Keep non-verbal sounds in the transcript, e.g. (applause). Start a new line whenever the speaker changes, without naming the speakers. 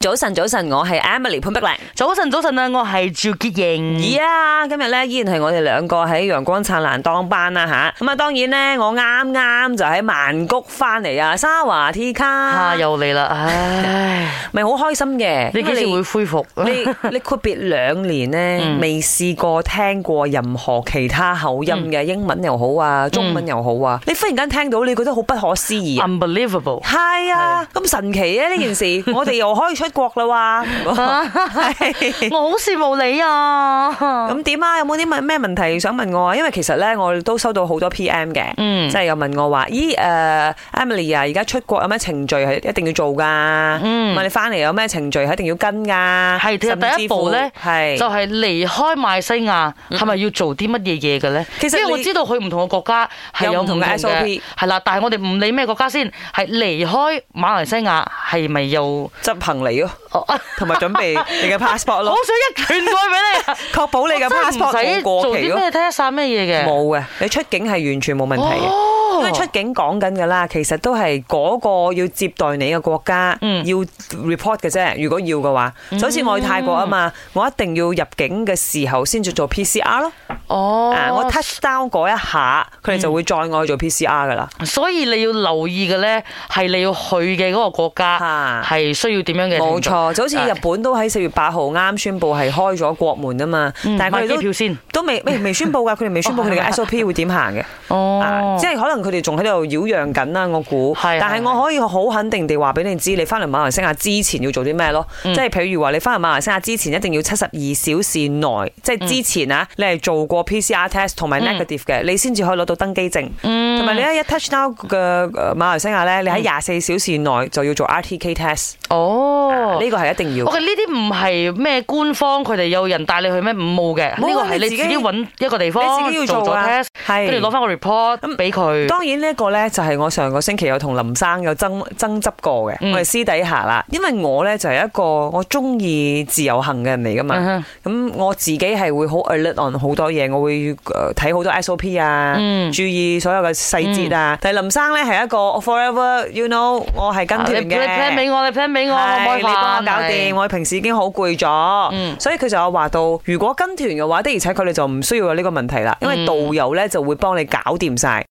早晨，早晨，我係 Emily 潘碧玲。
早晨，早晨啊，我係趙潔瑩。
呀，今日咧依然係我哋兩個喺陽光燦爛當班啦吓。咁啊，當然咧，我啱啱就喺曼谷翻嚟啊，沙華 T 卡
啊，，又嚟啦，
(laughs)
唉，
咪好開心嘅。
你
因為
幾時會恢復？ (laughs)
你你闊別兩年呢，未試過聽過任何其他口音嘅，英文又好啊，中文又好啊，你忽然間聽到，你覺得好不可思議啊！
Unbelievable！
係啊，咁神奇啊呢
(laughs)
件事，我哋又可以出國 (laughs) 啦喎！ (laughs) 係
(laughs) 我好羨慕你啊！
咁點啊？有冇啲問咩問題想問我啊？因為其實咧，我都收到好多 P.M. 嘅，
嗯
即係有問我話：咦誒、呃 Emily 啊，而家出國有咩程序係一定要做㗎？
嗯
問你翻嚟有咩程序係一定要跟㗎？
係其實
甚至
第一步
乎
呢
係嗯
就係離開馬來西亞，係咪要做啲乜嘢嘢嘅咧？
其實
因為我
你
知道佢唔同嘅國家係
有
有
唔
唔
同
同
嘅
嘅
SOP
係啦。但係我哋唔理咩國家先，係離開馬來西亞係咪又？
執行李咯，
哦啊
同埋準
(laughs)
備你嘅 passport
好
咯，
想一拳過去俾你
(laughs)
啊！
確保你嘅
真係唔
passport 冇
使
過
做
期
啲
咯，
咩睇一晒咩嘢嘅。
冇嘅，你出境係完全冇問題嘅。
哦
因為出境講緊㗎啦，其實都係嗰個要接待你嘅國家、
嗯
要 report 嘅啫。如果要嘅話，就好似我去泰國啊嘛，我一定要入境嘅時候先至做 PCR 咯。
哦嗯
啊，我 touch down 嗰一下，佢哋就會載我去做 PCR 噶啦。
所以你要留意嘅咧，係你要去嘅嗰個國
啊
家係需要點樣嘅？
冇，錯，就好似
啊
日本都喺四月八號啱宣布係開咗國門啊嘛，但係
買
佢
機
哋
嗯票
都啊
先。
都未未未宣布㗎，佢哋未宣布
(laughs)
佢哋嘅 SOP 會點行嘅。啊
哦，
即係可能佢哋仲喺度擾攘緊啦，我估。
係
但係
係
我可以好肯定地話俾你知，你翻嚟馬來西亞之前要做啲咩咯？
嗯
即係譬如話，你翻嚟馬來西亞之前一定要七十二小時內，即
嗯
係之前啊，你係做過 PCR test 同埋 negative 嘅，你先至可以攞到登機證。
嗯
同埋你一 touch down 嘅呃馬來西亞咧，你喺廿四小時內就要做 RTK test，
哦，
呢個係一定要嘅。
我哋呢啲唔係咩官方，佢哋有人帶你去咩？冇嘅，呢
冇啊
個
你
係你
自
自
己
己揾一個地方，
你自己要做
咗
啊
test，
係
跟住攞翻個 report 俾佢。
當然呢一個咧就係我上個星期有同林生有爭爭執過嘅，
嗯
我哋私底下啦，因為我咧就係一個我中意自由行嘅人嚟噶嘛，
嗯哼
咁我自己係會好 alert on 好多嘢，我會呃睇好多 SOP 啊，
嗯
注意所有嘅細節啊。但係林生咧係一個我 forever you know 我係跟
啊你
團
你 plan
嘅。
俾我，你 plan 俾我，我
係
開
你幫我
飯
搞掂，
係
我平時已經好攰
嗯
咗，所以佢就有話到，
嗯
如果跟團嘅話，的而且確你就唔需要有呢個問題啦，因為導遊咧就會幫你搞掂晒。